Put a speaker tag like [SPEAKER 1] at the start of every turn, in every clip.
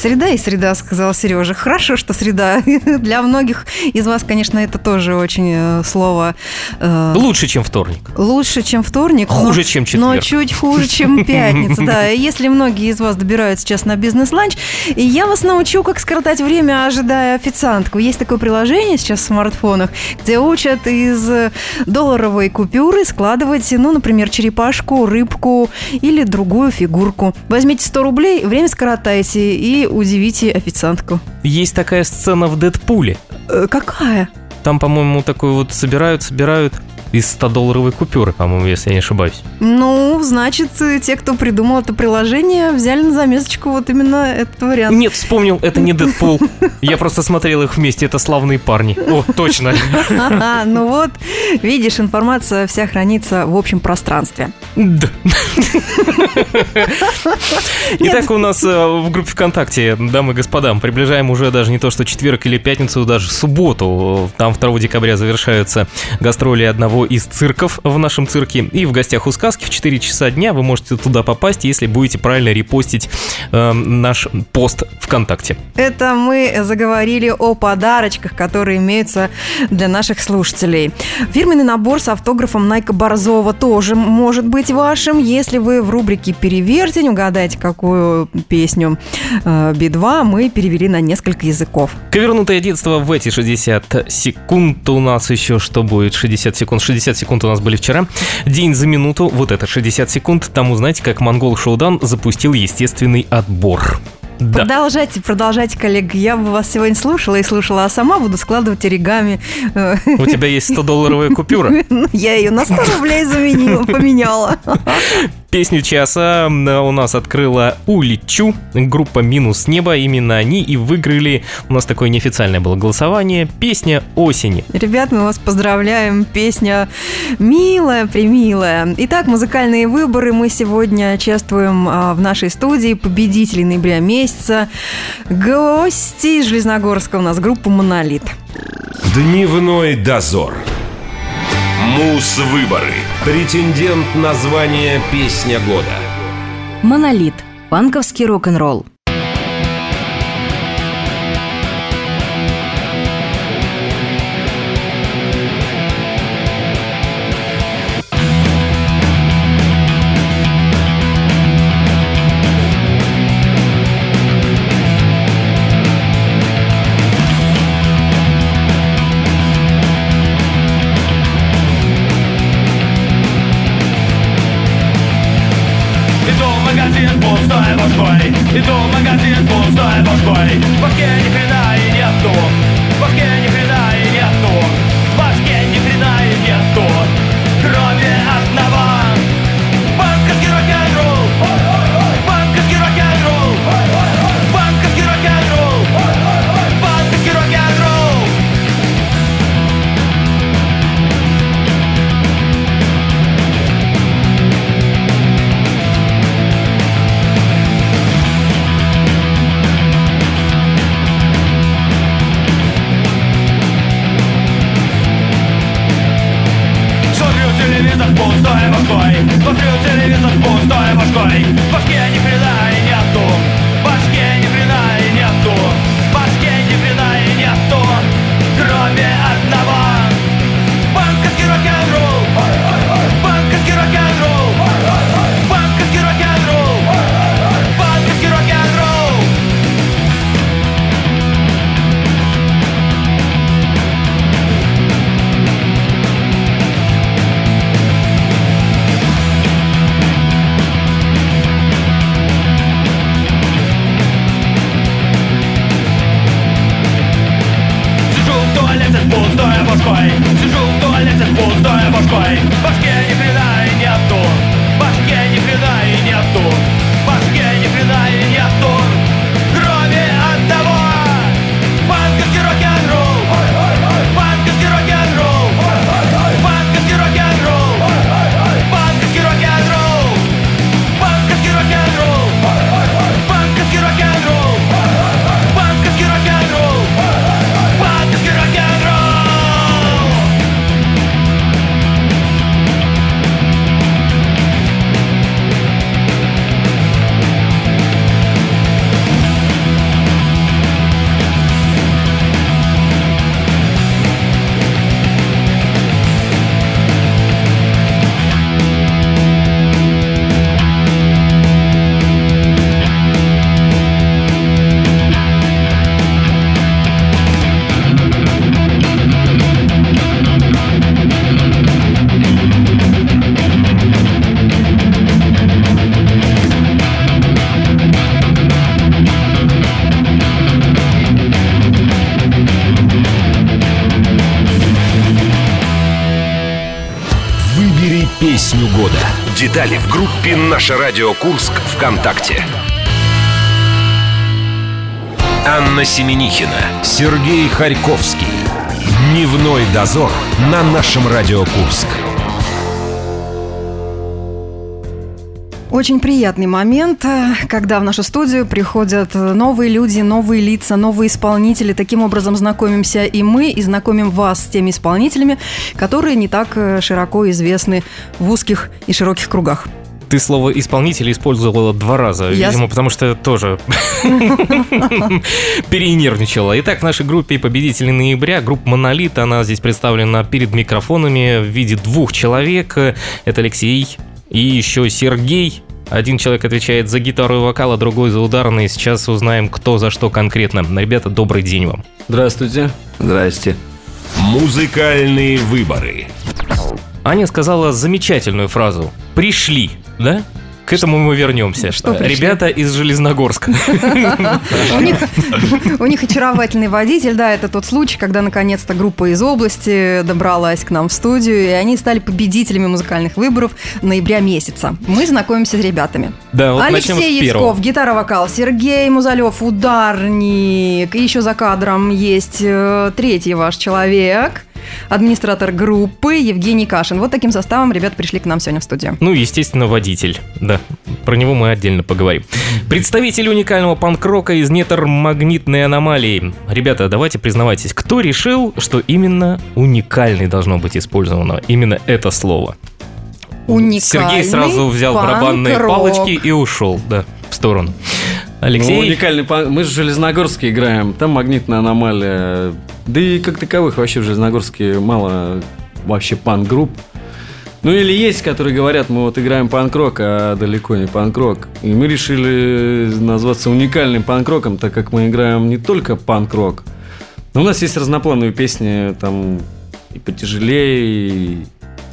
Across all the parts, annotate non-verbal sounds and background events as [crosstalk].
[SPEAKER 1] Среда и среда, сказал Сережа. Хорошо, что среда. [laughs] Для многих из вас, конечно, это тоже очень э, слово э,
[SPEAKER 2] Лучше, чем вторник.
[SPEAKER 1] лучше, чем вторник. но-
[SPEAKER 2] Хуже, чем четверг.
[SPEAKER 1] Но чуть хуже,
[SPEAKER 2] [laughs]
[SPEAKER 1] чем пятница, да. И Если многие из вас добираются сейчас на бизнес-ланч, и я вас научу, как скоротать время, ожидая официантку. Есть такое приложение сейчас в смартфонах, где учат из э, долларовой купюры складывать, ну, например, черепашку, рыбку или другую фигурку. Возьмите 100 рублей, время скоротайте и удивите официантку.
[SPEAKER 2] Есть такая сцена в Дэдпуле.
[SPEAKER 1] Э, Какая?
[SPEAKER 2] Там, по-моему, такой вот собирают, собирают из 100-долларовой купюры, по-моему, если я не ошибаюсь.
[SPEAKER 1] Ну, значит, э, те, кто придумал это приложение, взяли на замесочку вот именно этот вариант.
[SPEAKER 2] Нет, вспомнил, это не Дэдпул. Я просто смотрел их вместе, это славные парни. О, точно.
[SPEAKER 1] Ага, [laughs] ну вот, видишь, информация вся хранится в общем пространстве.
[SPEAKER 2] Да. Итак, у нас э, в группе ВКонтакте, дамы и господа, приближаем уже даже не то, что четверг или пятницу, даже субботу. Там 2 декабря завершаются гастроли одного из цирков в нашем цирке. И в гостях у сказки в 4 часа дня вы можете туда попасть, если будете правильно репостить э, наш пост ВКонтакте.
[SPEAKER 1] Это мы заговорили о подарочках, которые имеются для наших слушателей. Фирменный набор с автографом Найка Борзова тоже может быть вашим, если вы в рубрике «Перевертень» угадаете, какую песню э, Би-2 мы перевели на несколько языков.
[SPEAKER 2] Ковернутое детство в эти 60 секунд у нас еще что будет? 60 секунд. 60 секунд у нас были вчера. День за минуту. Вот это 60 секунд. Там узнаете, как монгол Шоудан запустил естественный отбор. Да.
[SPEAKER 1] Продолжайте, продолжайте, коллеги. Я бы вас сегодня слушала и слушала, а сама буду складывать оригами. э, [laughs]
[SPEAKER 2] У тебя есть 100-долларовая купюра.
[SPEAKER 1] Ну, [laughs] я ее на 100 рублей заменила, поменяла.
[SPEAKER 2] Песню часа м, у нас открыла Уличу, группа «Минус небо». Именно они и выиграли. У нас такое неофициальное было голосование. Песня осени.
[SPEAKER 1] Ребят, мы вас поздравляем. Песня милая, примилая. Итак, музыкальные выборы мы сегодня чествуем а, в нашей студии победителей ноября месяца. Гости из Железногорска у нас группа «Монолит».
[SPEAKER 3] Дневной дозор. Муз-выборы. Претендент на звание «Песня года».
[SPEAKER 4] Монолит. Панковский рок-н-ролл.
[SPEAKER 5] Иду в магазин пустой башкой Иду в магазин пустой башкой В башке ни хрена и нету В башке ни хрена и нету В башке ни хрена и нету Кроме одного Банковский рок-н-ролл Банковский рок-н-ролл Банковский рок-н-ролл Банковский рок-н-ролл Смотрю телевизор пустой башкой Смотрю телевизор пустой башкой В башке ни хрена и нету В башке ни хрена и нету В башке ни хрена и нету Кроме одного Банковский рок-н-ролл Банковский рок-н-ролл Банковский рок-н-ролл Банковский рок-н-ролл Сижу в туалете с пустой башкой Сижу в туалете с пустой башкой В башке ни хрена и нету В башке ни хрена и нету В башке ни хрена и нету Кроме одного Банковский рок-н-ролл Банковский рок-н-ролл Банковский рок-н-ролл Банковский рок-н-ролл Банковский рок-н-ролл Банковский рок-н-ролл Банковский рок-н-ролл Банковский рок-н-ролл
[SPEAKER 3] песню года. Детали в группе «Наше радио Курск» ВКонтакте. Анна Семенихина, Сергей Харьковский. Дневной дозор на нашем радио Курск.
[SPEAKER 1] Очень приятный момент, э, когда в нашу студию приходят э, новые люди, новые лица, новые исполнители. Таким образом знакомимся и мы, и знакомим вас с теми исполнителями, которые не так э, широко известны в узких и широких кругах.
[SPEAKER 2] Ты слово «исполнитель» использовала два раза,
[SPEAKER 1] Я
[SPEAKER 2] видимо, потому
[SPEAKER 1] [laughs]
[SPEAKER 2] что тоже перенервничала. Итак, в нашей группе «Победители ноября» группа «Монолит», она здесь представлена перед микрофонами в виде двух человек. Это Алексей и еще Сергей. Один человек отвечает за гитару и вокал, а другой за ударные. Сейчас узнаем, кто за что конкретно. Ребята, добрый день вам.
[SPEAKER 6] Здравствуйте. Здрасте.
[SPEAKER 3] Музыкальные выборы.
[SPEAKER 2] Аня сказала замечательную фразу «пришли», да? К этому мы вернемся.
[SPEAKER 1] Что пришли?
[SPEAKER 2] Ребята из Железногорска.
[SPEAKER 1] У них, у них очаровательный водитель, да, это тот случай, когда наконец-то группа из области добралась к нам в студию, и они стали победителями музыкальных выборов ноября месяца. Мы знакомимся с ребятами.
[SPEAKER 2] Да, А вот начнем с
[SPEAKER 1] Алексей
[SPEAKER 2] первого.
[SPEAKER 1] Яцков, гитара-вокал, Сергей Музалев, ударник, и еще за кадром есть э, третий ваш человек, администратор группы Евгений Кашин. Вот таким составом ребята пришли к нам сегодня в студию.
[SPEAKER 2] Ну, естественно, водитель. Да, про него мы отдельно поговорим. Представитель уникального панк-рока из нетр магнитной аномалии. Ребята, давайте признавайтесь, кто решил, что именно уникальный должно быть использовано? Именно это слово.
[SPEAKER 1] Уникальный
[SPEAKER 2] Сергей сразу взял барабанные
[SPEAKER 1] панк-рок.
[SPEAKER 2] палочки и ушел, да, в сторону.
[SPEAKER 6] Ну,
[SPEAKER 2] Алексей,
[SPEAKER 6] уникальный пан- Мы же в Железногорске играем, там магнитная аномалия. Да и как таковых вообще в Железногорске мало вообще панк-групп. Ну или есть, которые говорят, мы вот играем панк-рок, а далеко не панк-рок. И мы решили назваться уникальным панк-роком, так как мы играем не только панк-рок. Но у нас есть разноплановые песни, там и потяжелее,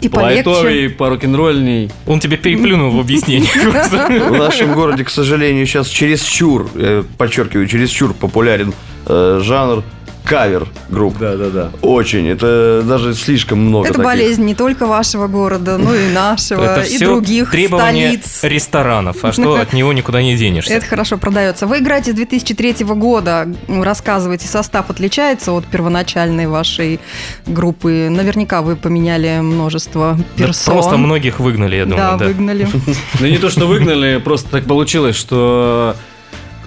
[SPEAKER 6] и,
[SPEAKER 1] И полегче.
[SPEAKER 6] и по-рок-н-ролльней.
[SPEAKER 2] он тебе переплюнул
[SPEAKER 1] [laughs]
[SPEAKER 2] в объяснении. просто.
[SPEAKER 7] В нашем городе, к сожалению, сейчас чересчур, э, подчеркиваю, чересчур популярен э, жанр кавер групп.
[SPEAKER 6] Да-да-да.
[SPEAKER 7] Очень. Это даже слишком много.
[SPEAKER 1] Это
[SPEAKER 7] таких.
[SPEAKER 1] болезнь не только вашего города, но и нашего,
[SPEAKER 2] Это
[SPEAKER 1] и
[SPEAKER 2] все
[SPEAKER 1] других
[SPEAKER 2] требования
[SPEAKER 1] столиц.
[SPEAKER 2] ресторанов, а что от него никуда не денешься.
[SPEAKER 1] Это хорошо продается. Вы играете с 2003 года. М, Рассказывайте, состав отличается от первоначальной вашей группы. Наверняка вы поменяли множество
[SPEAKER 2] Да
[SPEAKER 1] персон.
[SPEAKER 2] Просто многих выгнали, я
[SPEAKER 1] да,
[SPEAKER 2] думаю. да.
[SPEAKER 1] выгнали.
[SPEAKER 6] Да Ну, не то, что выгнали, просто так получилось, что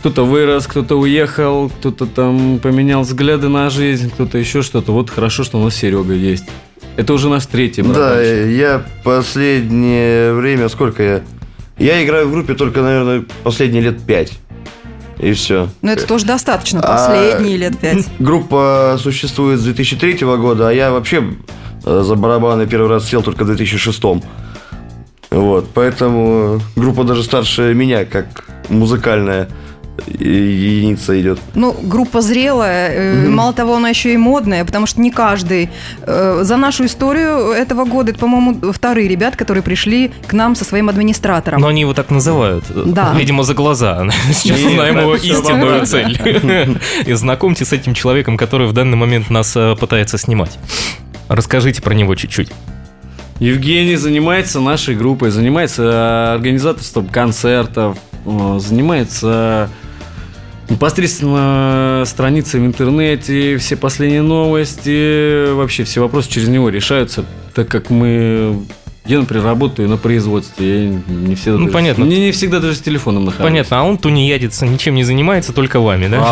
[SPEAKER 6] кто-то вырос, кто-то уехал, кто-то там поменял взгляды на жизнь, кто-то еще что-то. Вот хорошо, что у нас Серега есть. Это уже наш третий
[SPEAKER 7] Да,
[SPEAKER 6] братанчик.
[SPEAKER 7] я последнее время, сколько я... Я играю в группе только, наверное, последние лет пять. И все.
[SPEAKER 1] Но это тоже достаточно.
[SPEAKER 7] А,
[SPEAKER 1] Последние лет пять.
[SPEAKER 7] Группа существует с 2003 года, а я вообще э, за барабаны первый раз сел только в 2006. Вот, поэтому группа даже старше меня, как музыкальная э, единица идет.
[SPEAKER 1] Ну, группа зрелая, э, мало того, она еще и модная, потому что не каждый. э, За нашу историю этого года, это, по-моему, вторые ребят, которые пришли к нам со своим администратором.
[SPEAKER 2] Но они его так называют.
[SPEAKER 1] Да.
[SPEAKER 2] Видимо, за глаза. Сейчас
[SPEAKER 6] Не,
[SPEAKER 2] узнаем его
[SPEAKER 6] всё
[SPEAKER 2] истинную цель. И знакомьте с этим человеком, который в данный момент нас э, пытается снимать. Расскажите про него чуть-чуть.
[SPEAKER 6] Евгений занимается нашей группой, занимается э, организаторством концертов, э, занимается э, непосредственно э, страницей в интернете, все последние новости, вообще все вопросы через него решаются, так как мы... Я, например, работаю на производстве, я не всегда...
[SPEAKER 2] Ну,
[SPEAKER 6] даже-
[SPEAKER 2] понятно.
[SPEAKER 6] Не, не всегда даже с телефоном нахожусь.
[SPEAKER 2] Понятно, а он тунеядец, ничем не занимается, только вами,
[SPEAKER 6] А
[SPEAKER 2] да?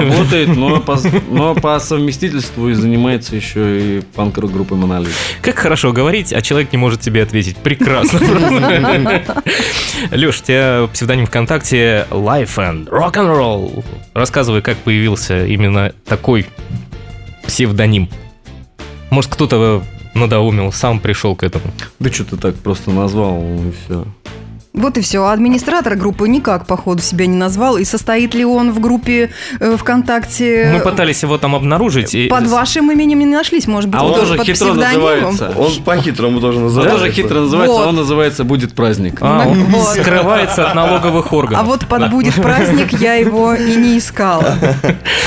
[SPEAKER 2] [laughs]
[SPEAKER 6] Работает, но по, но по совместительству и занимается еще и панкер группой Монолит.
[SPEAKER 2] Как хорошо говорить, а человек не может тебе ответить. Прекрасно. просто. Лёш, у тебя псевдоним ВКонтакте Life and Rock'n'Roll. Рассказывай, как появился именно такой псевдоним. Может, кто-то надоумил, сам пришел к этому.
[SPEAKER 6] Да что ты так просто назвал, и все.
[SPEAKER 1] Вот и все. Администратор группы никак, походу, себя не назвал. И состоит ли он в группе э, ВКонтакте
[SPEAKER 6] Ну,
[SPEAKER 2] Мы пытались его там обнаружить. и-
[SPEAKER 1] под вашим именем не нашлись? Может быть,
[SPEAKER 6] А он
[SPEAKER 1] тоже
[SPEAKER 6] тоже
[SPEAKER 1] под
[SPEAKER 6] хитро
[SPEAKER 1] псевдонимом?
[SPEAKER 6] называется.
[SPEAKER 7] Он по-хитрому А тоже
[SPEAKER 6] Он
[SPEAKER 7] называется.
[SPEAKER 6] тоже хитро называется,
[SPEAKER 1] Вот.
[SPEAKER 6] он называется «Будет праздник».
[SPEAKER 2] А,
[SPEAKER 1] Ну,
[SPEAKER 2] он
[SPEAKER 1] вот.
[SPEAKER 2] скрывается от налоговых органов.
[SPEAKER 1] А вот под будет
[SPEAKER 2] [laughs]
[SPEAKER 1] праздник я его и не искала.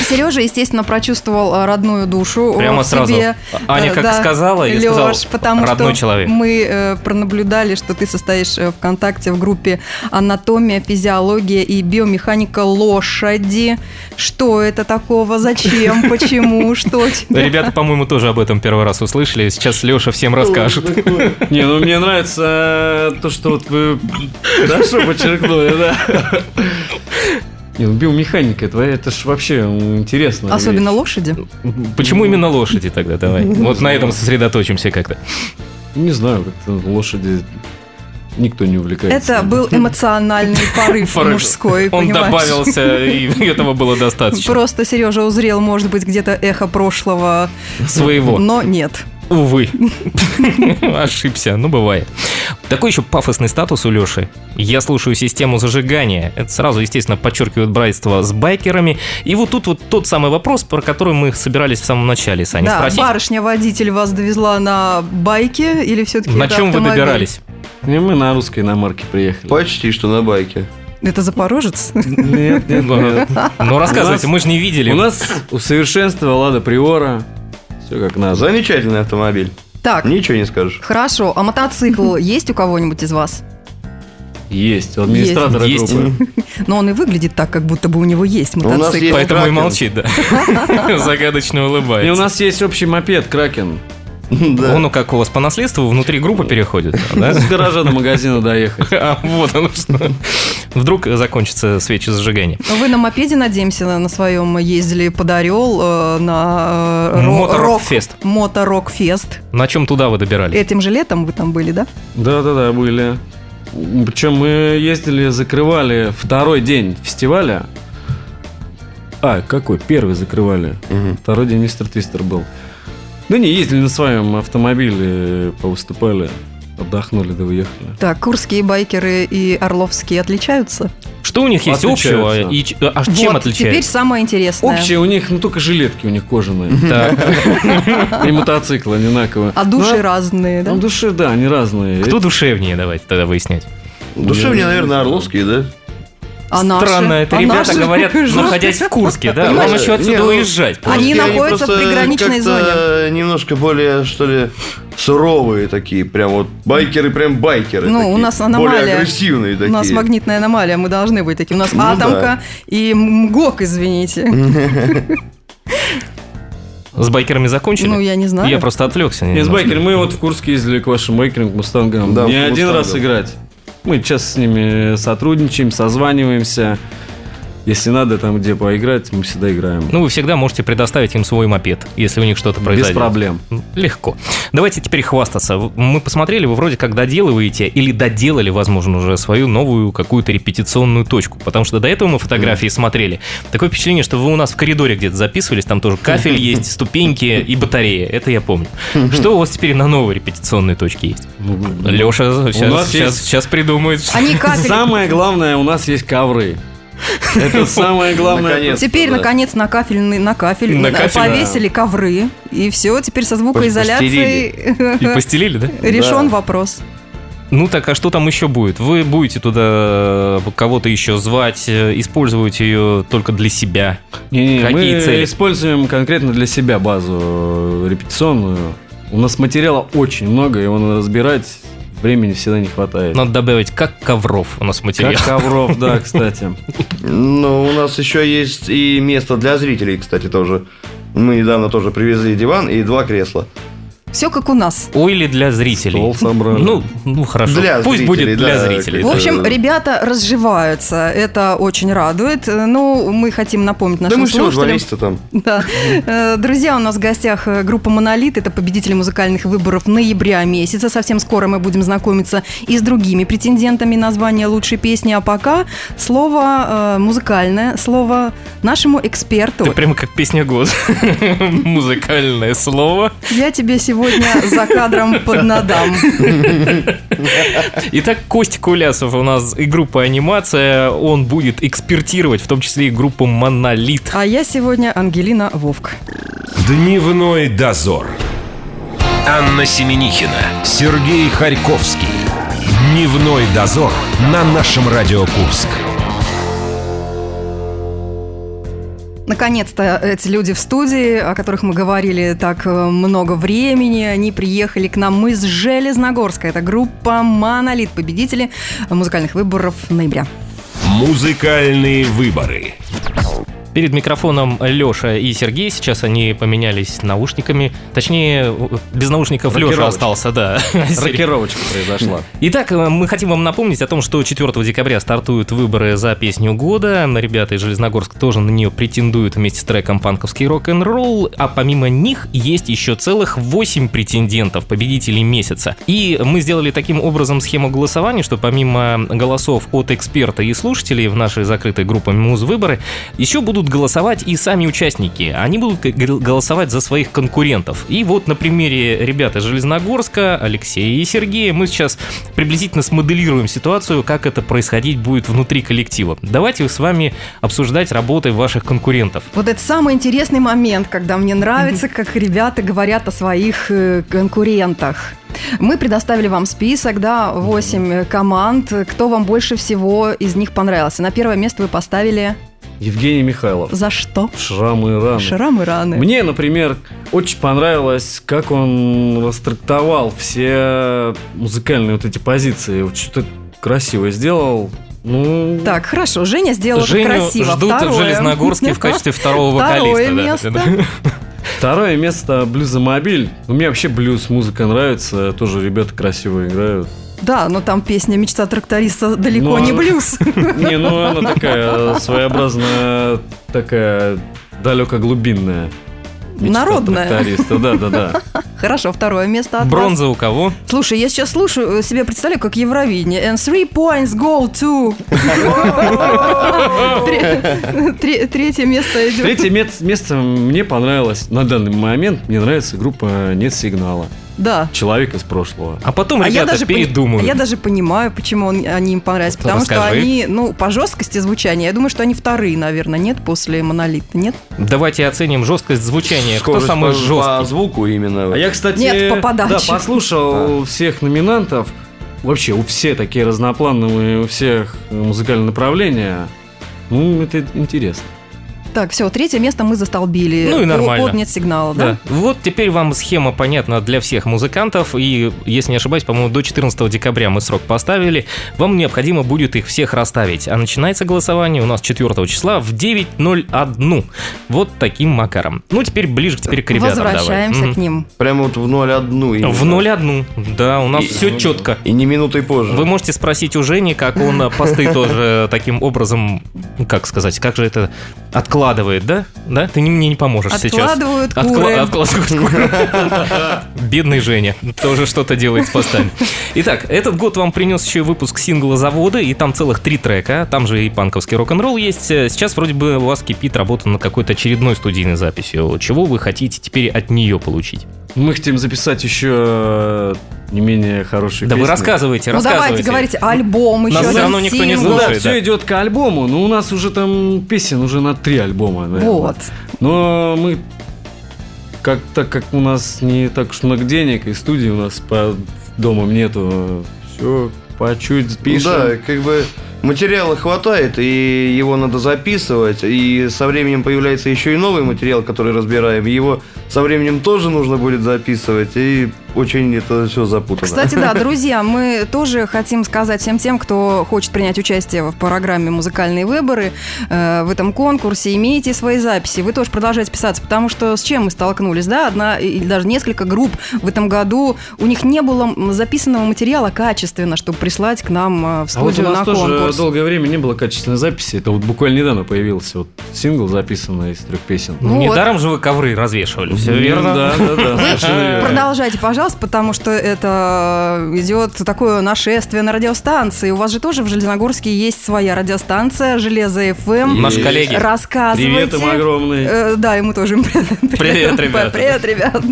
[SPEAKER 1] Сережа, естественно, прочувствовал э, родную душу. э,
[SPEAKER 2] Прямо
[SPEAKER 1] в
[SPEAKER 2] сразу.
[SPEAKER 1] себе.
[SPEAKER 2] Аня
[SPEAKER 1] Э,
[SPEAKER 2] как сказала, я сказал,
[SPEAKER 1] Лёш, потому
[SPEAKER 2] родной
[SPEAKER 1] что
[SPEAKER 2] человек.
[SPEAKER 1] мы э, пронаблюдали, что ты состоишь э, ВКонтакте в группе «Анатомия, физиология и биомеханика лошади». Что это такого? Зачем?
[SPEAKER 2] [laughs]
[SPEAKER 1] Почему? Что тебе?
[SPEAKER 2] Ребята, по-моему, тоже об этом первый раз услышали. Сейчас Леша всем расскажет.
[SPEAKER 6] Не, ну мне нравится э, то, что вот вы хорошо подчеркнули, да. Не, ну биомеханика твоя, это ж вообще м, интересно.
[SPEAKER 1] Особенно лошади.
[SPEAKER 2] Ну, Почему именно лошади тогда? Давай. Вот на этом сосредоточимся как-то.
[SPEAKER 6] Не знаю, как-то лошади никто не увлекается.
[SPEAKER 1] Это был эмоциональный
[SPEAKER 2] [laughs]
[SPEAKER 1] порыв
[SPEAKER 2] Порыв.
[SPEAKER 1] мужской,
[SPEAKER 2] Он
[SPEAKER 1] понимаешь?
[SPEAKER 2] добавился, и [laughs] этого было достаточно.
[SPEAKER 1] Просто Сережа узрел, может быть, где-то эхо прошлого,
[SPEAKER 2] Своего.
[SPEAKER 1] но нет. [laughs]
[SPEAKER 2] Увы. Ошибся, ну бывает. Такой еще пафосный статус у Леши. Я слушаю систему зажигания. Это сразу, естественно, подчеркивает братство с байкерами. И вот тут вот тот самый вопрос, про который мы собирались в самом начале с Аней
[SPEAKER 1] да,
[SPEAKER 2] А спросить.
[SPEAKER 1] барышня-водитель вас довезла на байке или все-таки
[SPEAKER 2] На чем
[SPEAKER 1] [laughs]
[SPEAKER 2] вы добирались?
[SPEAKER 6] Не, мы на русской иномарке приехали.
[SPEAKER 7] Почти что на байке.
[SPEAKER 1] Это Запорожец? [laughs]
[SPEAKER 6] Нет, нет, нет.
[SPEAKER 2] Ну рассказывайте, мы же не видели.
[SPEAKER 6] У нас усовершенствовала Лада Приора. Все как надо.
[SPEAKER 7] Замечательный автомобиль.
[SPEAKER 1] Так,
[SPEAKER 7] Ничего не скажешь.
[SPEAKER 1] хорошо, а
[SPEAKER 7] [laughs]
[SPEAKER 1] мотоцикл есть у кого-нибудь из вас?
[SPEAKER 6] Есть, у администратора
[SPEAKER 2] Есть.
[SPEAKER 6] группы.
[SPEAKER 1] Но он и выглядит так, как будто бы у него есть
[SPEAKER 7] у нас
[SPEAKER 1] мотоцикл.
[SPEAKER 7] есть.
[SPEAKER 2] Поэтому и
[SPEAKER 7] Кракен.
[SPEAKER 2] молчит,
[SPEAKER 1] [laughs]
[SPEAKER 2] да. Загадочно
[SPEAKER 6] И у
[SPEAKER 2] улыбается.
[SPEAKER 6] нас есть общий мопед Кракен.
[SPEAKER 7] Да.
[SPEAKER 2] Он ну, как у вас по наследству внутри группы
[SPEAKER 6] [laughs]
[SPEAKER 2] переходит, да?
[SPEAKER 6] С гаража до магазина доехать.
[SPEAKER 2] [laughs] А, Вот оно что. Вдруг закончатся свечи зажигания.
[SPEAKER 1] Вы на мопеде, надеемся, на- на своем ездили под Орел, э, на э, ро- рок-
[SPEAKER 2] Моторок-фест.
[SPEAKER 1] Моторок-фест.
[SPEAKER 2] На чем туда вы добирались?
[SPEAKER 1] Этим же летом вы там были, да?
[SPEAKER 6] Да-да-да, были. Причем мы ездили, закрывали второй день фестиваля. А, какой? Первый закрывали.
[SPEAKER 7] Мгм.
[SPEAKER 6] Второй день мистер Твистер был. Ну не, ездили на своем автомобиле, повыступали, отдохнули да выехали.
[SPEAKER 1] Так, курские байкеры и орловские отличаются?
[SPEAKER 2] Что у них есть
[SPEAKER 6] Отличаются.
[SPEAKER 2] общего? И ч- а чем
[SPEAKER 1] Вот, Теперь
[SPEAKER 2] отличается?
[SPEAKER 1] самое интересное.
[SPEAKER 6] Общие у них, ну только жилетки у них кожаные.
[SPEAKER 2] Так,
[SPEAKER 6] И мотоциклы одинаковые.
[SPEAKER 1] А души разные, да?
[SPEAKER 6] Ну, души, да, они разные.
[SPEAKER 2] а кто душевнее, давайте тогда выяснять.
[SPEAKER 7] Душевнее, наверное, Орловский, да?
[SPEAKER 1] А наши?
[SPEAKER 2] Странно, это
[SPEAKER 1] А
[SPEAKER 2] ребята
[SPEAKER 1] наши?
[SPEAKER 2] говорят, находясь в Курске, да? Вам
[SPEAKER 7] Понимаешь,
[SPEAKER 2] еще отсюда
[SPEAKER 7] не, ну,
[SPEAKER 2] уезжать. просто.
[SPEAKER 1] Они
[SPEAKER 7] Русские,
[SPEAKER 1] находятся в
[SPEAKER 7] просто
[SPEAKER 1] приграничной
[SPEAKER 7] как-то немножко более, что ли, суровые такие, прям вот байкеры, прям байкеры.
[SPEAKER 1] Ну,
[SPEAKER 7] такие.
[SPEAKER 1] у нас аномалия.
[SPEAKER 7] Более агрессивные такие.
[SPEAKER 1] У нас магнитная аномалия, мы должны быть такие. У нас
[SPEAKER 7] Ну
[SPEAKER 1] атомка и МГОК, извините.
[SPEAKER 2] С байкерами закончили?
[SPEAKER 1] а Ну, я не знаю.
[SPEAKER 2] Я просто отвлекся.
[SPEAKER 6] Не, с
[SPEAKER 2] немножко.
[SPEAKER 6] байкерами мы вот в Курске ездили к вашим байкерам, к мустангам.
[SPEAKER 7] Да,
[SPEAKER 6] Не
[SPEAKER 7] к
[SPEAKER 6] один раз
[SPEAKER 7] «Мустангам».
[SPEAKER 6] играть. Мы сейчас с ними сотрудничаем, созваниваемся. Если надо там где поиграть, мы всегда играем.
[SPEAKER 2] Ну, вы всегда можете предоставить им свой мопед, если у них что-то
[SPEAKER 6] Без
[SPEAKER 2] произойдет.
[SPEAKER 6] проблем.
[SPEAKER 2] Легко. Давайте теперь хвастаться. Мы посмотрели, вы вроде как доделываете или доделали, возможно, уже свою новую какую-то репетиционную точку. Потому что до этого мы фотографии смотрели. Такое впечатление, что вы у нас в коридоре где-то записывались, там тоже кафель есть, ступеньки и батарея. Это я помню. Что у вас теперь на новой репетиционной точке есть?
[SPEAKER 6] Ну,
[SPEAKER 2] Леша сейчас,
[SPEAKER 6] нас
[SPEAKER 2] сейчас,
[SPEAKER 6] есть- А
[SPEAKER 2] сейчас придумает.
[SPEAKER 1] Они кафель.
[SPEAKER 6] Самое главное, у нас есть ковры. Это самое главное.
[SPEAKER 7] Наконец-то,
[SPEAKER 1] Теперь,
[SPEAKER 7] да.
[SPEAKER 1] наконец, на кафельный, на кафель
[SPEAKER 2] На
[SPEAKER 1] э,
[SPEAKER 2] кафель, да.
[SPEAKER 1] повесили ковры, и все, теперь со
[SPEAKER 2] И
[SPEAKER 1] звукоизоляцией [laughs]
[SPEAKER 2] постелили, да?
[SPEAKER 1] решен
[SPEAKER 7] Да.
[SPEAKER 1] вопрос.
[SPEAKER 2] Ну так, а что там еще будет? Вы будете туда э, кого-то еще звать, э, использовать ее только для себя?
[SPEAKER 6] Не-не,
[SPEAKER 2] Какие
[SPEAKER 6] мы
[SPEAKER 2] цели?
[SPEAKER 6] используем конкретно для себя базу э, репетиционную. У нас материала очень много, его надо разбирать. Времени всегда не хватает.
[SPEAKER 2] Надо добавить, как ковров у нас материал.
[SPEAKER 6] Как ковров, да, кстати.
[SPEAKER 7] Ну, у нас еще есть и место для зрителей, кстати, тоже. Мы недавно тоже привезли диван и два кресла.
[SPEAKER 1] Все как у нас.
[SPEAKER 2] Ой, или для зрителей.
[SPEAKER 6] Стол собрали.
[SPEAKER 2] Ну, ну хорошо.
[SPEAKER 7] Для
[SPEAKER 2] Пусть
[SPEAKER 7] зрителей,
[SPEAKER 2] будет для
[SPEAKER 7] да,
[SPEAKER 2] зрителей.
[SPEAKER 1] В
[SPEAKER 2] да.
[SPEAKER 1] общем,
[SPEAKER 7] да, да.
[SPEAKER 1] ребята разживаются. Это очень радует. Э, Ну, мы хотим напомнить
[SPEAKER 7] да
[SPEAKER 1] нашим
[SPEAKER 7] мы всего два
[SPEAKER 1] слушателям,
[SPEAKER 7] месяца там.
[SPEAKER 1] Да. Э, Друзья, у нас в гостях э, группа «Монолит». Это победители музыкальных выборов ноября месяца. Совсем скоро мы будем знакомиться и с другими претендентами на звание лучшей песни. А пока слово э, музыкальное, слово нашему эксперту.
[SPEAKER 2] Ты прямо как песня года. [laughs] Музыкальное слово.
[SPEAKER 1] Я тебе сегодня за кадром под надам.
[SPEAKER 2] Итак, Костя Кулясов у нас и группа «Анимация». Он будет экспертировать, в том числе и группу «Монолит».
[SPEAKER 1] А я сегодня Ангелина Вовк.
[SPEAKER 3] Дневной дозор. Анна Семенихина, Сергей Харьковский. Дневной дозор на нашем Радио Курск.
[SPEAKER 1] Наконец-то эти люди в студии, о которых мы говорили так э, много времени, они приехали к нам из Железногорска. Это группа «Монолит», победители музыкальных выборов ноября.
[SPEAKER 3] Музыкальные выборы.
[SPEAKER 2] Перед микрофоном Леша и Сергей. Сейчас они поменялись наушниками. Точнее, без наушников Леша
[SPEAKER 6] Рокировочка.
[SPEAKER 2] остался,
[SPEAKER 6] [laughs]
[SPEAKER 2] да.
[SPEAKER 6] Рокировочка произошла.
[SPEAKER 2] Итак, э, мы хотим вам напомнить о том, что 4 декабря стартуют выборы за песню года. На Ребята из Железногорска тоже на нее претендуют вместе с треком «Панковский рок-н-ролл». А помимо них есть еще целых 8 претендентов, победителей месяца. И мы сделали таким образом схему голосования, что помимо голосов от эксперта и слушателей в нашей закрытой группе «Муз-выборы», еще будут голосовать и сами участники. Они будут г- гр- голосовать за своих конкурентов. И вот на примере ребят из Железногорска, Алексея и Сергея, мы сейчас приблизительно смоделируем ситуацию, как это происходить будет внутри коллектива. Давайте с вами обсуждать работы ваших конкурентов.
[SPEAKER 1] Вот это самый интересный момент, когда мне нравится, как ребята говорят о своих э, конкурентах. Мы предоставили вам список, да, 8 команд. Кто вам больше всего из них понравился? На первое место вы поставили
[SPEAKER 6] Евгений Михайлов.
[SPEAKER 1] за что?
[SPEAKER 6] Шрамы и раны.
[SPEAKER 1] Шрамы раны.
[SPEAKER 6] Мне, например, очень понравилось, как он растрактовал все музыкальные вот эти позиции. Вот что-то красиво сделал. Ну,
[SPEAKER 1] Так, хорошо, Женя сделала это
[SPEAKER 2] Женю
[SPEAKER 1] красиво.
[SPEAKER 2] ждут
[SPEAKER 1] Второе. [laughs]
[SPEAKER 2] в Железногорске в качестве второго
[SPEAKER 1] Второе
[SPEAKER 2] вокалиста. да.
[SPEAKER 1] место.
[SPEAKER 6] второе место блюзомобиль. Ну, мне вообще блюз музыка нравится. Тоже ребята красиво
[SPEAKER 1] [laughs]
[SPEAKER 6] играют.
[SPEAKER 1] Да, но там песня «Мечта тракториста» далеко
[SPEAKER 6] Ну,
[SPEAKER 1] не
[SPEAKER 2] [laughs]
[SPEAKER 6] а-
[SPEAKER 1] блюз.
[SPEAKER 6] Не, ну она такая своеобразная, такая далеко-глубинная. Мечта
[SPEAKER 1] Народная. [laughs]
[SPEAKER 6] тракториста, да-да-да.
[SPEAKER 1] Хорошо, второе место от вас.
[SPEAKER 2] [laughs] Бронза у кого?
[SPEAKER 1] Слушай, я сейчас слушаю, э, себе представляю, как Евровидение. And three points go
[SPEAKER 2] [laughs]
[SPEAKER 1] to... Тре- тре- Третье место идет.
[SPEAKER 6] Третье мет- место мне понравилось. На данный момент мне нравится группа «Нет сигнала».
[SPEAKER 1] Да.
[SPEAKER 6] Человек из прошлого.
[SPEAKER 2] А потом
[SPEAKER 1] А я,
[SPEAKER 2] ребята
[SPEAKER 1] даже пони-
[SPEAKER 2] передумают.
[SPEAKER 1] а я даже понимаю, почему он- они им понравились. Потому что
[SPEAKER 2] Расскажи.
[SPEAKER 1] они, ну, по жесткости звучания, я думаю, что они вторые, наверное, нет, после монолита, нет?
[SPEAKER 2] Давайте оценим жесткость звучания.
[SPEAKER 7] Скорость
[SPEAKER 2] Кто самый
[SPEAKER 7] по- По
[SPEAKER 2] жесткий?
[SPEAKER 7] звуку именно.
[SPEAKER 6] А я, кстати,
[SPEAKER 1] Нет, по подаче.
[SPEAKER 6] да, послушал всех номинантов. Вообще, у все такие разноплановые, у всех э, музыкальные направления. Ну, это интересно.
[SPEAKER 1] Так, все, третье место мы застолбили.
[SPEAKER 2] Ну и
[SPEAKER 1] По-
[SPEAKER 2] нормально.
[SPEAKER 1] под нет сигнала, да?
[SPEAKER 2] Да. Вот теперь вам схема понятна для всех музыкантов. И, если не ошибаюсь, по-моему, до 14 декабря мы срок поставили. Вам необходимо будет их всех расставить. А начинается голосование у нас 4 числа в 9.01. Вот таким макаром. Ну, теперь ближе теперь к ребятам. давай.
[SPEAKER 1] Возвращаемся
[SPEAKER 2] Мгм.
[SPEAKER 1] к ним.
[SPEAKER 7] Прямо вот в 0,1. именно.
[SPEAKER 2] В 0.1. Да, у нас
[SPEAKER 7] И-
[SPEAKER 2] все четко.
[SPEAKER 7] И не минутой позже.
[SPEAKER 2] Вы можете спросить у Жени, как он э, посты тоже таким образом, ну, как сказать, как же это откладывает, да? Да? Ты не- мне не поможешь сейчас.
[SPEAKER 1] Откладывают
[SPEAKER 2] Откла-
[SPEAKER 1] куры.
[SPEAKER 2] откладывают куры. [laughs] Бедный Женя тоже что-то делает с постами. Итак, этот год вам принес еще и выпуск сингла «Заводы», и там целых три трека, там же и панковский рок-н-ролл есть. Э, Сейчас вроде бы у вас кипит работа над какой-то очередной студийной записью. Чего вы хотите теперь от нее получить?
[SPEAKER 6] Мы хотим записать еще э, не менее хорошие
[SPEAKER 2] Да вы
[SPEAKER 6] песни.
[SPEAKER 2] рассказывайте,
[SPEAKER 1] Ну
[SPEAKER 2] рассказывайте.
[SPEAKER 1] давайте, говорите, альбом еще
[SPEAKER 2] Нас
[SPEAKER 1] один
[SPEAKER 2] всё равно никто не
[SPEAKER 1] сингл.
[SPEAKER 6] Ну да,
[SPEAKER 2] слушай, да.
[SPEAKER 6] все идет к альбому, но у нас уже там песен уже на три альбома, наверное.
[SPEAKER 1] Вот.
[SPEAKER 6] Но мы как так как у нас не так уж много денег, и студии у нас по домам нету, все по чуть
[SPEAKER 7] Ну
[SPEAKER 6] пишем.
[SPEAKER 7] Да, как бы материала хватает, и его надо записывать, и со временем появляется еще и новый материал, который разбираем, его со временем тоже нужно будет записывать, и очень это все запутано.
[SPEAKER 1] Кстати,
[SPEAKER 2] [laughs]
[SPEAKER 1] да, друзья, мы тоже хотим сказать всем тем, кто хочет принять участие в программе «Музыкальные выборы» э, в этом конкурсе, имейте свои записи. Вы тоже продолжаете писаться, потому что с чем мы столкнулись, да? Одна или даже несколько групп в этом году, у них не было м, записанного материала качественно, чтобы прислать к нам э, в
[SPEAKER 6] А вот у
[SPEAKER 1] студию
[SPEAKER 6] нас
[SPEAKER 1] на
[SPEAKER 6] тоже
[SPEAKER 1] конкурс.
[SPEAKER 6] долгое время не было качественной записи. Это вот буквально недавно появился вот сингл, записанный из трех песен.
[SPEAKER 1] Ну вот.
[SPEAKER 2] Недаром же вы ковры развешивали, все верно?
[SPEAKER 6] Да, да, да. совершенно верно.
[SPEAKER 1] э, Продолжайте, пожалуйста, потому что это э, идет такое нашествие на радиостанции. У вас же тоже в Железногорске есть своя радиостанция «Железо ФМ».
[SPEAKER 2] Наши коллеги.
[SPEAKER 1] Рассказывайте.
[SPEAKER 6] Привет им огромный.
[SPEAKER 1] Э, да, ему тоже [laughs] привет.
[SPEAKER 2] Привет, ребята.
[SPEAKER 1] Привет, ребят.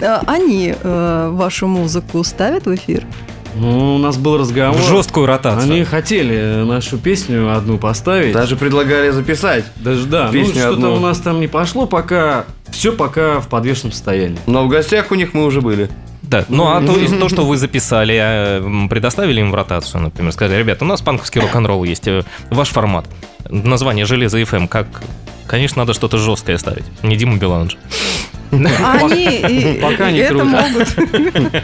[SPEAKER 1] Э, Они э, вашу музыку ставят в эфир?
[SPEAKER 6] Ну, у нас был разговор.
[SPEAKER 2] В жесткую ротацию.
[SPEAKER 6] Они хотели нашу песню одну поставить.
[SPEAKER 7] Даже предлагали записать.
[SPEAKER 6] Даже да. Ну,
[SPEAKER 7] Песню
[SPEAKER 6] что-то
[SPEAKER 7] одну.
[SPEAKER 6] у нас там не пошло, пока все пока в подвешенном состоянии.
[SPEAKER 7] Но в гостях у них мы уже были.
[SPEAKER 2] Да, ну а то, то, что вы записали, э, м, предоставили им в ротацию, например, сказали, ребят, у нас панковский рок-н-ролл есть, э, ваш формат, название «Железо FM», как... Конечно, надо что-то жесткое ставить, не Дима Билан же.
[SPEAKER 1] А Они и-
[SPEAKER 6] пока
[SPEAKER 1] и
[SPEAKER 6] не
[SPEAKER 1] это
[SPEAKER 6] круто.
[SPEAKER 1] могут.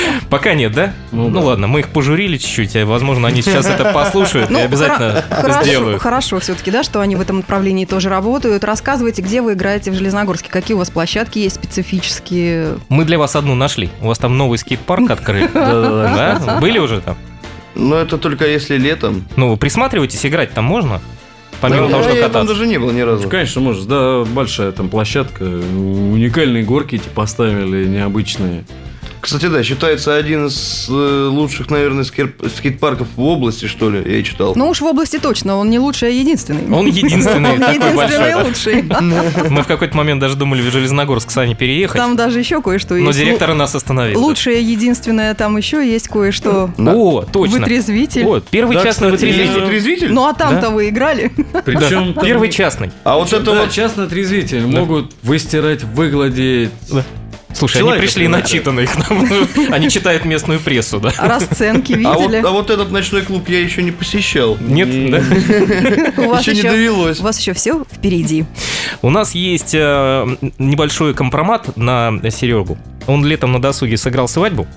[SPEAKER 2] [laughs] Пока нет, да? Ну,
[SPEAKER 6] Ну да.
[SPEAKER 2] ладно, мы их пожурили чуть-чуть, а, возможно, они сейчас это послушают и
[SPEAKER 1] Ну,
[SPEAKER 2] обязательно
[SPEAKER 1] хоро- хорошо,
[SPEAKER 2] сделают.
[SPEAKER 1] хорошо все-таки, да, что они в этом направлении тоже работают. Рассказывайте, где вы играете в Железногорске, какие у вас площадки есть специфические.
[SPEAKER 2] Мы для вас одну нашли. У вас там новый скейт-парк открыли. Да? Были уже там?
[SPEAKER 7] Но это только если летом.
[SPEAKER 2] Ну, присматривайтесь, играть там можно? Помимо
[SPEAKER 7] Ну, Да,
[SPEAKER 2] того, что
[SPEAKER 7] я там
[SPEAKER 2] кататься.
[SPEAKER 7] даже не был ни разу.
[SPEAKER 6] Конечно, может, да, большая там площадка, уникальные горки эти поставили, необычные.
[SPEAKER 7] Кстати, да, считается один из э, лучших, наверное, скер- скейт-парков в области, что ли, я читал.
[SPEAKER 1] Ну уж в области точно, он не лучший, а единственный.
[SPEAKER 2] Он
[SPEAKER 1] [laughs]
[SPEAKER 2] единственный
[SPEAKER 1] Он
[SPEAKER 2] такой большой.
[SPEAKER 1] единственный лучший. А
[SPEAKER 2] Мы в какой-то момент даже думали в Железногорск сами переехать,
[SPEAKER 1] Там даже еще кое-что есть. Ну,
[SPEAKER 2] но директор нас остановил.
[SPEAKER 1] Лучшее, единственное, там еще есть кое-что.
[SPEAKER 7] Да.
[SPEAKER 2] О, Ну, точно.
[SPEAKER 1] Вытрезвитель.
[SPEAKER 2] Вот, первый
[SPEAKER 6] Да,
[SPEAKER 2] частный
[SPEAKER 6] кстати,
[SPEAKER 7] Есть
[SPEAKER 2] вытрезвитель.
[SPEAKER 6] я-
[SPEAKER 7] отрезвитель?
[SPEAKER 1] Ну а там-то вы играли.
[SPEAKER 2] Да,
[SPEAKER 6] Причем там-
[SPEAKER 2] Первый частный.
[SPEAKER 7] А вот это
[SPEAKER 6] Да,
[SPEAKER 7] вот...
[SPEAKER 6] частный трезвитель могут выстирать, выгладить.
[SPEAKER 2] Слушай, они
[SPEAKER 6] Человека
[SPEAKER 2] пришли
[SPEAKER 6] понимаю.
[SPEAKER 2] начитанные к нам. [laughs] Они читают местную прессу, да?
[SPEAKER 1] Расценки
[SPEAKER 7] А вот,
[SPEAKER 1] видели.
[SPEAKER 7] а вот этот ночной клуб я еще не посещал.
[SPEAKER 2] Нет, да?
[SPEAKER 1] У вас
[SPEAKER 7] еще не довелось.
[SPEAKER 1] У вас еще все впереди.
[SPEAKER 2] У нас есть э, небольшой компромат на Серегу. Он летом на досуге сыграл свадьбу.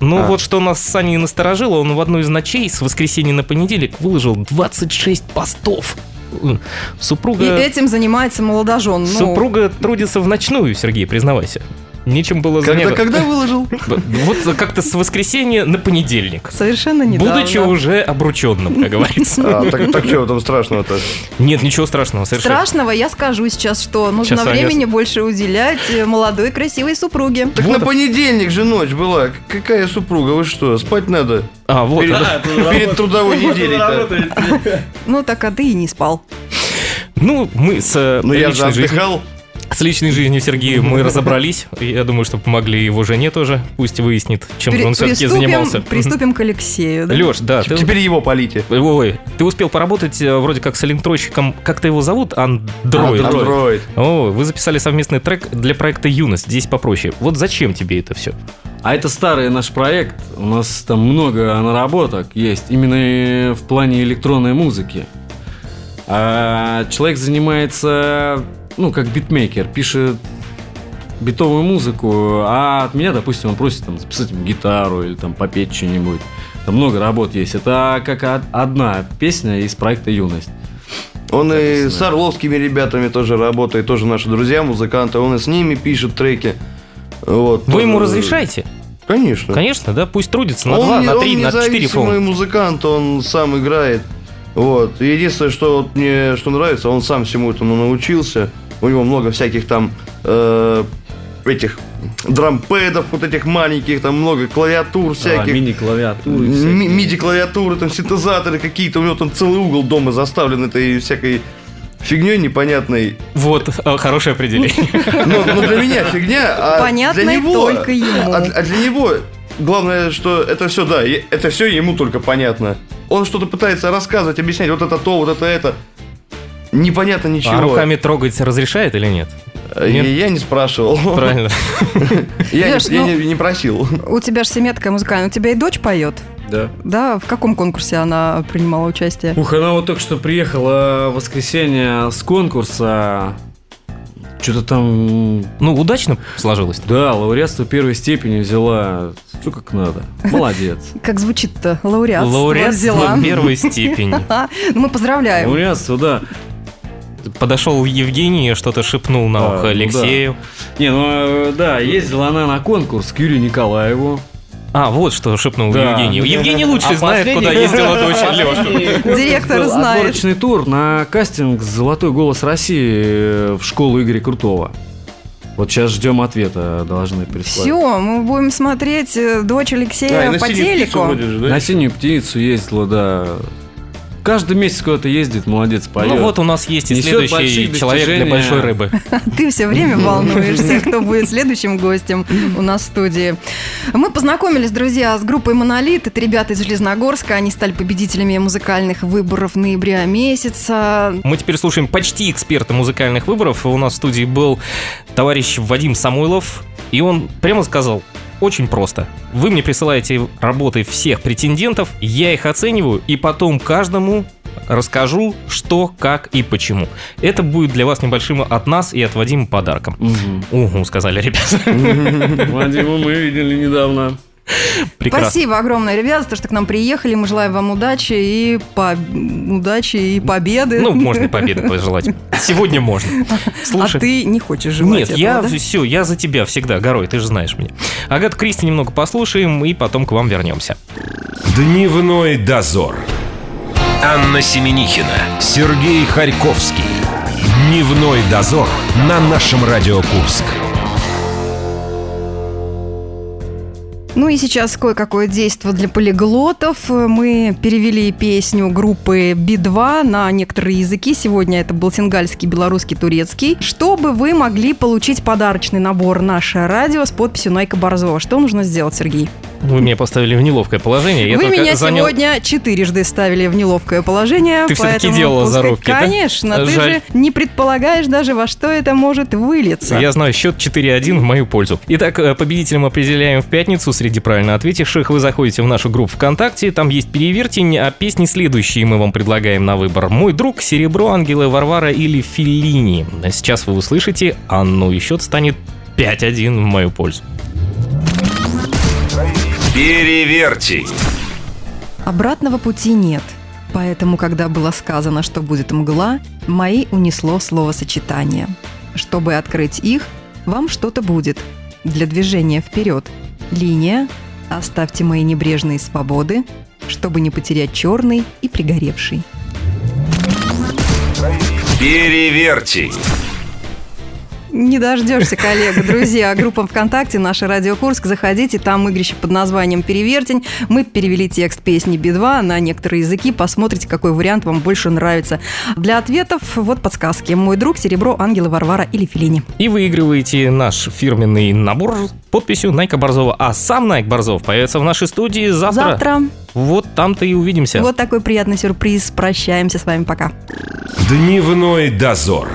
[SPEAKER 2] Ну
[SPEAKER 7] А.
[SPEAKER 2] вот что нас с Саней насторожило, он в одну из ночей с воскресенья на понедельник выложил 26 постов. М,
[SPEAKER 1] И
[SPEAKER 2] Супруга,
[SPEAKER 1] этим занимается молодожен. Ну,
[SPEAKER 2] супруга трудится в ночную, Сергей, признавайся. Нечем было
[SPEAKER 7] Когда,
[SPEAKER 2] заняться.
[SPEAKER 7] когда выложил?
[SPEAKER 2] Вот как-то с воскресенья на понедельник.
[SPEAKER 1] совершенно недавно.
[SPEAKER 2] Будучи уже обрученным, как говорится.
[SPEAKER 7] [laughs] А, так, так чего там страшного-то?
[SPEAKER 2] Нет, ничего страшного, совершенно.
[SPEAKER 1] Страшного я скажу сейчас, что нужно
[SPEAKER 2] Сейчас, Аня,
[SPEAKER 1] времени больше уделять э, молодой красивой супруге.
[SPEAKER 7] Так на понедельник же ночь была. К- Какая супруга? Вы что, спать надо?
[SPEAKER 2] А, вот.
[SPEAKER 7] Перед,
[SPEAKER 2] да.
[SPEAKER 7] [laughs] перед трудовой неделей-то.
[SPEAKER 1] Ну так, а ты и не спал.
[SPEAKER 2] Ну, мы с э,
[SPEAKER 7] Ну я же
[SPEAKER 2] личной жизнью-
[SPEAKER 7] отдыхал.
[SPEAKER 2] С личной жизнью Сергея мы разобрались. Я думаю, что помогли его жене тоже. Пусть выяснит, чем же
[SPEAKER 1] Пере-
[SPEAKER 2] он все-таки занимался.
[SPEAKER 1] приступим к Алексею. да?
[SPEAKER 2] Леш, да, ты...
[SPEAKER 7] Теперь его полите.
[SPEAKER 2] Ой, ты успел поработать э, вроде как с электрощиком, как-то его зовут? Андроид.
[SPEAKER 7] Андроид.
[SPEAKER 2] О, вы записали совместный трек для проекта «Юность», здесь попроще. Вот зачем тебе это все?
[SPEAKER 6] А это старый наш проект, у нас там много наработок есть, именно и в плане электронной музыки. А человек занимается, ну, как битмейкер, пишет битовую музыку, а от меня, допустим, он просит там, записать ему гитару или там попеть что-нибудь. Там много работ есть. Это как од- одна песня из проекта «Юность».
[SPEAKER 7] Он и
[SPEAKER 6] Записывает.
[SPEAKER 7] с орловскими ребятами тоже работает, тоже наши друзья, музыканты. Он и с ними пишет треки. Вот.
[SPEAKER 2] Вы ему
[SPEAKER 7] Э,
[SPEAKER 2] разрешаете?
[SPEAKER 7] Конечно.
[SPEAKER 2] Конечно, да, пусть трудится на
[SPEAKER 7] он
[SPEAKER 2] два,
[SPEAKER 7] не-
[SPEAKER 2] на
[SPEAKER 7] он
[SPEAKER 2] три, на четыре
[SPEAKER 7] независимый
[SPEAKER 2] фона.
[SPEAKER 7] музыкант, он сам играет. Вот. Единственное, что вот мне что нравится, он сам всему этому научился. У него много всяких там э, этих дрампэдов, вот этих маленьких, там много клавиатур
[SPEAKER 6] А,
[SPEAKER 7] всяких.
[SPEAKER 6] мини-клавиатуры. всякие.
[SPEAKER 7] Ми- Миди-клавиатуры, там синтезаторы какие-то. У него там целый угол дома заставлен этой всякой фигней непонятной.
[SPEAKER 2] Вот, э, хорошее определение.
[SPEAKER 7] Но, но Ну, для меня фигня, а
[SPEAKER 1] Понятно
[SPEAKER 7] для него...
[SPEAKER 1] только ему.
[SPEAKER 7] А, а для него главное, что это все, да, е- это все ему только понятно. Он что-то пытается рассказывать, объяснять, вот это то, вот это это. Непонятно ничего.
[SPEAKER 2] А руками трогать разрешает или нет?
[SPEAKER 7] Э,
[SPEAKER 2] нет?
[SPEAKER 7] Я не спрашивал. [laughs]
[SPEAKER 2] Правильно.
[SPEAKER 7] Я, не-
[SPEAKER 1] Леш,
[SPEAKER 7] я
[SPEAKER 1] ну-
[SPEAKER 7] не, не просил.
[SPEAKER 1] У тебя же семетка музыкальная, у тебя и дочь поет.
[SPEAKER 6] Да. Хм.
[SPEAKER 1] Да, в каком конкурсе она принимала участие?
[SPEAKER 6] Ух, она вот только что приехала в воскресенье с конкурса. Что-то там...
[SPEAKER 2] Ну, удачно сложилось.
[SPEAKER 6] Да, лауреатство первой степени взяла. Все как надо. Молодец.
[SPEAKER 1] Как звучит-то? Лауреат.
[SPEAKER 2] Лауреат
[SPEAKER 1] взяла.
[SPEAKER 2] [laughs] первой степени.
[SPEAKER 1] А, [laughs] ну, мы поздравляем.
[SPEAKER 6] Лауреатство, да.
[SPEAKER 2] Подошел Евгений, что-то шепнул на
[SPEAKER 6] А,
[SPEAKER 2] ухо
[SPEAKER 6] ну
[SPEAKER 2] Алексею.
[SPEAKER 6] Не, ну э, да, ездила она на конкурс к Юрию Николаеву.
[SPEAKER 2] А, вот что шепнул
[SPEAKER 6] Да.
[SPEAKER 2] Евгений. Евгений лучше
[SPEAKER 6] А
[SPEAKER 2] знает,
[SPEAKER 6] последний-
[SPEAKER 2] куда ездила дочь Леша.
[SPEAKER 1] Директор
[SPEAKER 6] Был
[SPEAKER 1] знает.
[SPEAKER 6] Отборочный тур на кастинг «Золотой голос России» в школу Игоря Крутого. Вот сейчас ждем ответа, должны прислать.
[SPEAKER 1] Все, мы будем смотреть э, дочь
[SPEAKER 7] Да, и
[SPEAKER 1] Алексея
[SPEAKER 7] [laughs] на
[SPEAKER 1] по
[SPEAKER 7] «Синюю птицу»
[SPEAKER 1] телеку.
[SPEAKER 7] вроде же, да?
[SPEAKER 6] На синюю птицу ездила, да. Каждый месяц куда-то ездит, молодец, поет.
[SPEAKER 2] Ну вот у нас есть и
[SPEAKER 6] Несет
[SPEAKER 2] следующий
[SPEAKER 6] большие
[SPEAKER 2] человек для
[SPEAKER 6] достижения.
[SPEAKER 2] большой рыбы.
[SPEAKER 1] Ты все время волнуешься, кто будет следующим гостем у нас в студии. Мы познакомились, друзья, с группой «Монолит». Это ребята из Железногорска. Они стали победителями музыкальных выборов ноября месяца.
[SPEAKER 2] Мы теперь слушаем почти эксперта музыкальных выборов. У нас в студии был товарищ Вадим Самойлов, и он прямо сказал, очень просто. Вы мне присылаете работы всех претендентов, я их оцениваю, и потом каждому расскажу, что, как и почему. Это будет для вас небольшим от нас и от Вадима подарком.
[SPEAKER 6] Мгм.
[SPEAKER 2] Угу, сказали ребята. [laughs]
[SPEAKER 6] Вадима мы видели недавно.
[SPEAKER 2] Прекрасно.
[SPEAKER 1] Спасибо огромное, ребята, за то, что к нам приехали. Мы желаем вам удачи и по... удачи и победы.
[SPEAKER 2] Ну, можно и победы пожелать. Сегодня можно.
[SPEAKER 1] [laughs] а
[SPEAKER 2] Слушай.
[SPEAKER 1] ты не хочешь желать
[SPEAKER 2] Нет,
[SPEAKER 1] этого,
[SPEAKER 2] я
[SPEAKER 1] да?
[SPEAKER 2] все, я за тебя всегда, горой, ты же знаешь меня. Агат Кристи немного послушаем и потом к вам вернемся.
[SPEAKER 3] Дневной дозор. Анна Семенихина, Сергей Харьковский. Дневной дозор на нашем Радио Курск.
[SPEAKER 1] Ну и сейчас кое-какое действие для полиглотов. Мы перевели песню группы Би-2 на некоторые языки. Сегодня это был сингальский, белорусский, турецкий. Чтобы вы могли получить подарочный набор «Наше радио» с подписью Найка Борзова. Что нужно сделать, Сергей?
[SPEAKER 2] Вы меня поставили в неловкое положение. Я
[SPEAKER 1] вы
[SPEAKER 2] только
[SPEAKER 1] меня
[SPEAKER 2] занял-
[SPEAKER 1] сегодня четырежды ставили в неловкое положение.
[SPEAKER 2] Ты всё-таки
[SPEAKER 1] поэтому
[SPEAKER 2] делала
[SPEAKER 1] пускай-
[SPEAKER 2] зарубки, да?
[SPEAKER 1] Конечно, ты
[SPEAKER 2] Жаль.
[SPEAKER 1] же не предполагаешь даже, во что это может вылиться.
[SPEAKER 2] Я знаю, счет 4-1 в мою пользу. Итак, э, победителя мы определяем в пятницу. Среди правильно ответивших вы заходите в нашу группу ВКонтакте. Там есть перевертень, а песни следующие мы вам предлагаем на выбор. «Мой друг», «Серебро», «Ангелы», «Варвара» или «Феллини». Сейчас вы услышите Анну, и счет станет 5-1 в мою пользу.
[SPEAKER 3] Переверьте.
[SPEAKER 1] Обратного пути нет. Поэтому, когда было сказано, что будет мгла, мои унесло словосочетание. Чтобы открыть их, вам что-то будет. Для движения вперед. Линия. Оставьте мои небрежные свободы, чтобы не потерять черный и пригоревший.
[SPEAKER 3] Переверьте.
[SPEAKER 1] Не дождешься, коллега. Друзья, группа ВКонтакте, наша Радио Курск, заходите, там игрище под названием «Перевертень». Мы перевели текст песни «Би-2» на некоторые языки, посмотрите, какой вариант вам больше нравится. Для ответов вот подсказки. «Мой друг», «Серебро», «Ангелы», «Варвара» или «Филини».
[SPEAKER 2] и выигрываете наш фирменный набор с подписью Найка Борзова. А сам Найк Борзов появится в нашей студии завтра.
[SPEAKER 1] Завтра
[SPEAKER 2] Вот там-то и увидимся.
[SPEAKER 1] вот такой приятный сюрприз. Прощаемся с вами, пока.
[SPEAKER 3] Дневной дозор.